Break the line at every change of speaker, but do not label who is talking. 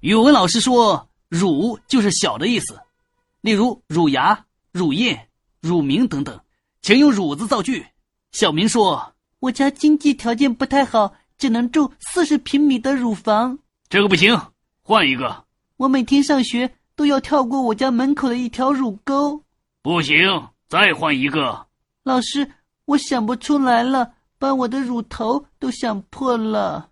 语文老师说“乳”就是小的意思，例如乳牙、乳液、乳名等等，请用“乳”字造句。小明说：“
我家经济条件不太好，只能住四十平米的乳房。”
这个不行，换一个。
我每天上学都要跳过我家门口的一条乳沟。
不行，再换一个。
老师，我想不出来了，把我的乳头都想破了。